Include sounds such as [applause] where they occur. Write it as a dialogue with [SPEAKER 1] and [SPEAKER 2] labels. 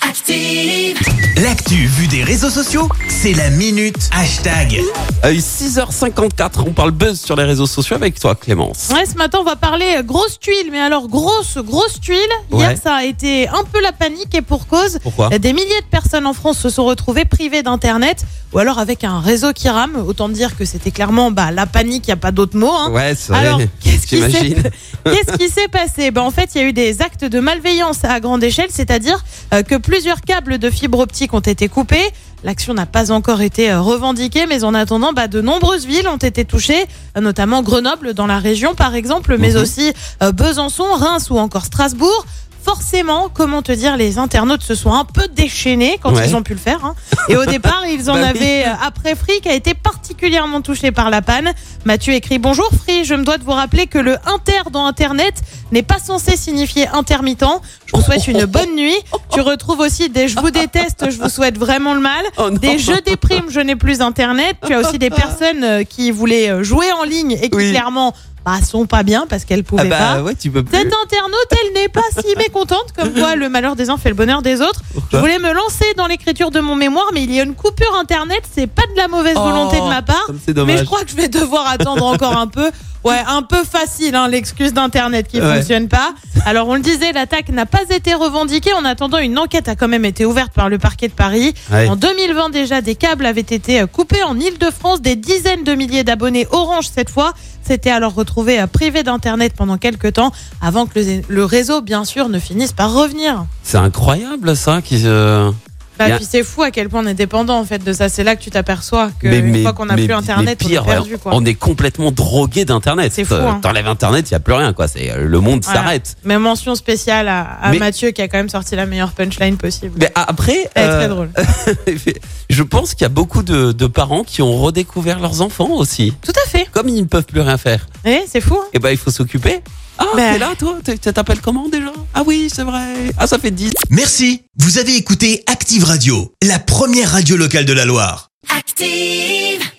[SPEAKER 1] Active,
[SPEAKER 2] L'actu vue des réseaux sociaux, c'est la minute hashtag.
[SPEAKER 3] Euh, 6h54, on parle buzz sur les réseaux sociaux avec toi Clémence.
[SPEAKER 4] Ouais, ce matin, on va parler euh, grosse tuile, mais alors grosse, grosse tuile. Hier,
[SPEAKER 3] Ouais. Ah.
[SPEAKER 4] ça a été un peu la panique et pour cause.
[SPEAKER 3] Pourquoi
[SPEAKER 4] Des milliers de personnes en France se sont retrouvées privées d'Internet ou alors avec un réseau qui rame. Autant dire que c'était clairement bah, la panique, il n'y a pas d'autre mot. hein.
[SPEAKER 3] Ouais, c'est [laughs]
[SPEAKER 4] Alors,
[SPEAKER 3] vrai.
[SPEAKER 4] qu'est-ce qui s'est
[SPEAKER 3] J'imagine.
[SPEAKER 4] [laughs] qu'est-ce qui s'est passé ben, En fait, il y a eu des actes de malveillance à grande échelle, c'est-à-dire euh, que plusieurs câbles de fibre optique ont été coupés. L'action n'a pas encore été euh, revendiquée, mais en attendant, bah, de nombreuses villes ont été touchées, euh, notamment Grenoble dans la région par exemple, mais
[SPEAKER 3] Mhm.
[SPEAKER 4] aussi euh, Besançon, Reims ou encore Strasbourg. Forcément, comment te dire, les internautes se sont un peu déchaînés quand
[SPEAKER 3] Ouais.
[SPEAKER 4] ils ont pu le faire. hein.
[SPEAKER 3] [laughs]
[SPEAKER 4] Et au départ, ils en
[SPEAKER 3] Bah oui.
[SPEAKER 4] avaient euh, après Free qui a été particulièrement touché par la panne. Mathieu écrit Bonjour Free, je me dois de vous rappeler que le inter dans Internet n'est pas censé signifier intermittent. Je vous souhaite une bonne nuit. Tu retrouves aussi des je vous déteste, je vous souhaite vraiment le mal.
[SPEAKER 3] Oh non.
[SPEAKER 4] Des je déprime, je n'ai plus internet. Tu as aussi des personnes euh, qui voulaient euh, jouer en ligne et qui
[SPEAKER 3] Oui.
[SPEAKER 4] clairement bah, sont pas bien parce qu'elles pouvaient
[SPEAKER 3] Ah bah
[SPEAKER 4] pas.
[SPEAKER 3] ouais, tu peux plus.
[SPEAKER 4] Cette internaute, elle n'est pas si mécontente, comme quoi le malheur des uns fait le bonheur des autres. Je
[SPEAKER 3] Pourquoi
[SPEAKER 4] voulais me lancer dans l'écriture de mon mémoire, mais il y a une coupure internet, c'est pas de la mauvaise volonté de
[SPEAKER 3] Oh,
[SPEAKER 4] ma part.
[SPEAKER 3] comme C'est
[SPEAKER 4] Mais
[SPEAKER 3] dommage.
[SPEAKER 4] je crois que je vais devoir attendre encore un peu. Ouais, un peu facile, hein, l'excuse d'Internet qui
[SPEAKER 3] Ouais.
[SPEAKER 4] fonctionne pas. Alors, on le disait, l'attaque n'a pas été revendiquée. En attendant, une enquête a quand même été ouverte par le parquet de Paris.
[SPEAKER 3] Ouais.
[SPEAKER 4] En 2020, déjà, des câbles avaient été euh, coupés en Ile-de-France. Des dizaines de milliers d'abonnés Orange, cette fois, s'étaient alors retrouvés euh, privés d'Internet pendant quelques temps, avant que le, le réseau, bien sûr, ne finisse par revenir.
[SPEAKER 3] C'est incroyable ça. Qui, euh,
[SPEAKER 4] Bah,
[SPEAKER 3] Bien.
[SPEAKER 4] puis c'est fou à quel point on est dépendant, en fait, de ça. C'est là que tu t'aperçois que
[SPEAKER 3] mais-
[SPEAKER 4] une
[SPEAKER 3] mais-
[SPEAKER 4] fois qu'on n'a
[SPEAKER 3] mais-
[SPEAKER 4] plus Internet,
[SPEAKER 3] mais pire,
[SPEAKER 4] on est perdu, quoi.
[SPEAKER 3] on est complètement drogué d'Internet.
[SPEAKER 4] C'est fou,
[SPEAKER 3] Euh,
[SPEAKER 4] hein.
[SPEAKER 3] T'enlèves Internet, il n'y a plus rien. quoi. C'est euh, Le monde
[SPEAKER 4] Voilà.
[SPEAKER 3] s'arrête.
[SPEAKER 4] Mais mention spéciale à, à
[SPEAKER 3] Mais-
[SPEAKER 4] Mathieu qui a quand même sorti la meilleure punchline possible.
[SPEAKER 3] Mais a- après,
[SPEAKER 4] Elle est
[SPEAKER 3] euh,
[SPEAKER 4] Eh, très drôle.
[SPEAKER 3] [laughs] je pense qu'il y a beaucoup de, de parents qui ont redécouvert leurs enfants aussi.
[SPEAKER 4] Tout à fait.
[SPEAKER 3] Comme ils ne peuvent plus rien faire,
[SPEAKER 4] Eh, c'est fou. hein.
[SPEAKER 3] et ben il faut s'occuper. Ah,
[SPEAKER 4] Ben.
[SPEAKER 3] t'es là toi T'es- T'appelles comment déjà Ah oui, c'est vrai. Ah, ça fait 10.
[SPEAKER 2] Merci, vous avez écouté Active Radio, la première radio locale de la Loire.
[SPEAKER 1] active.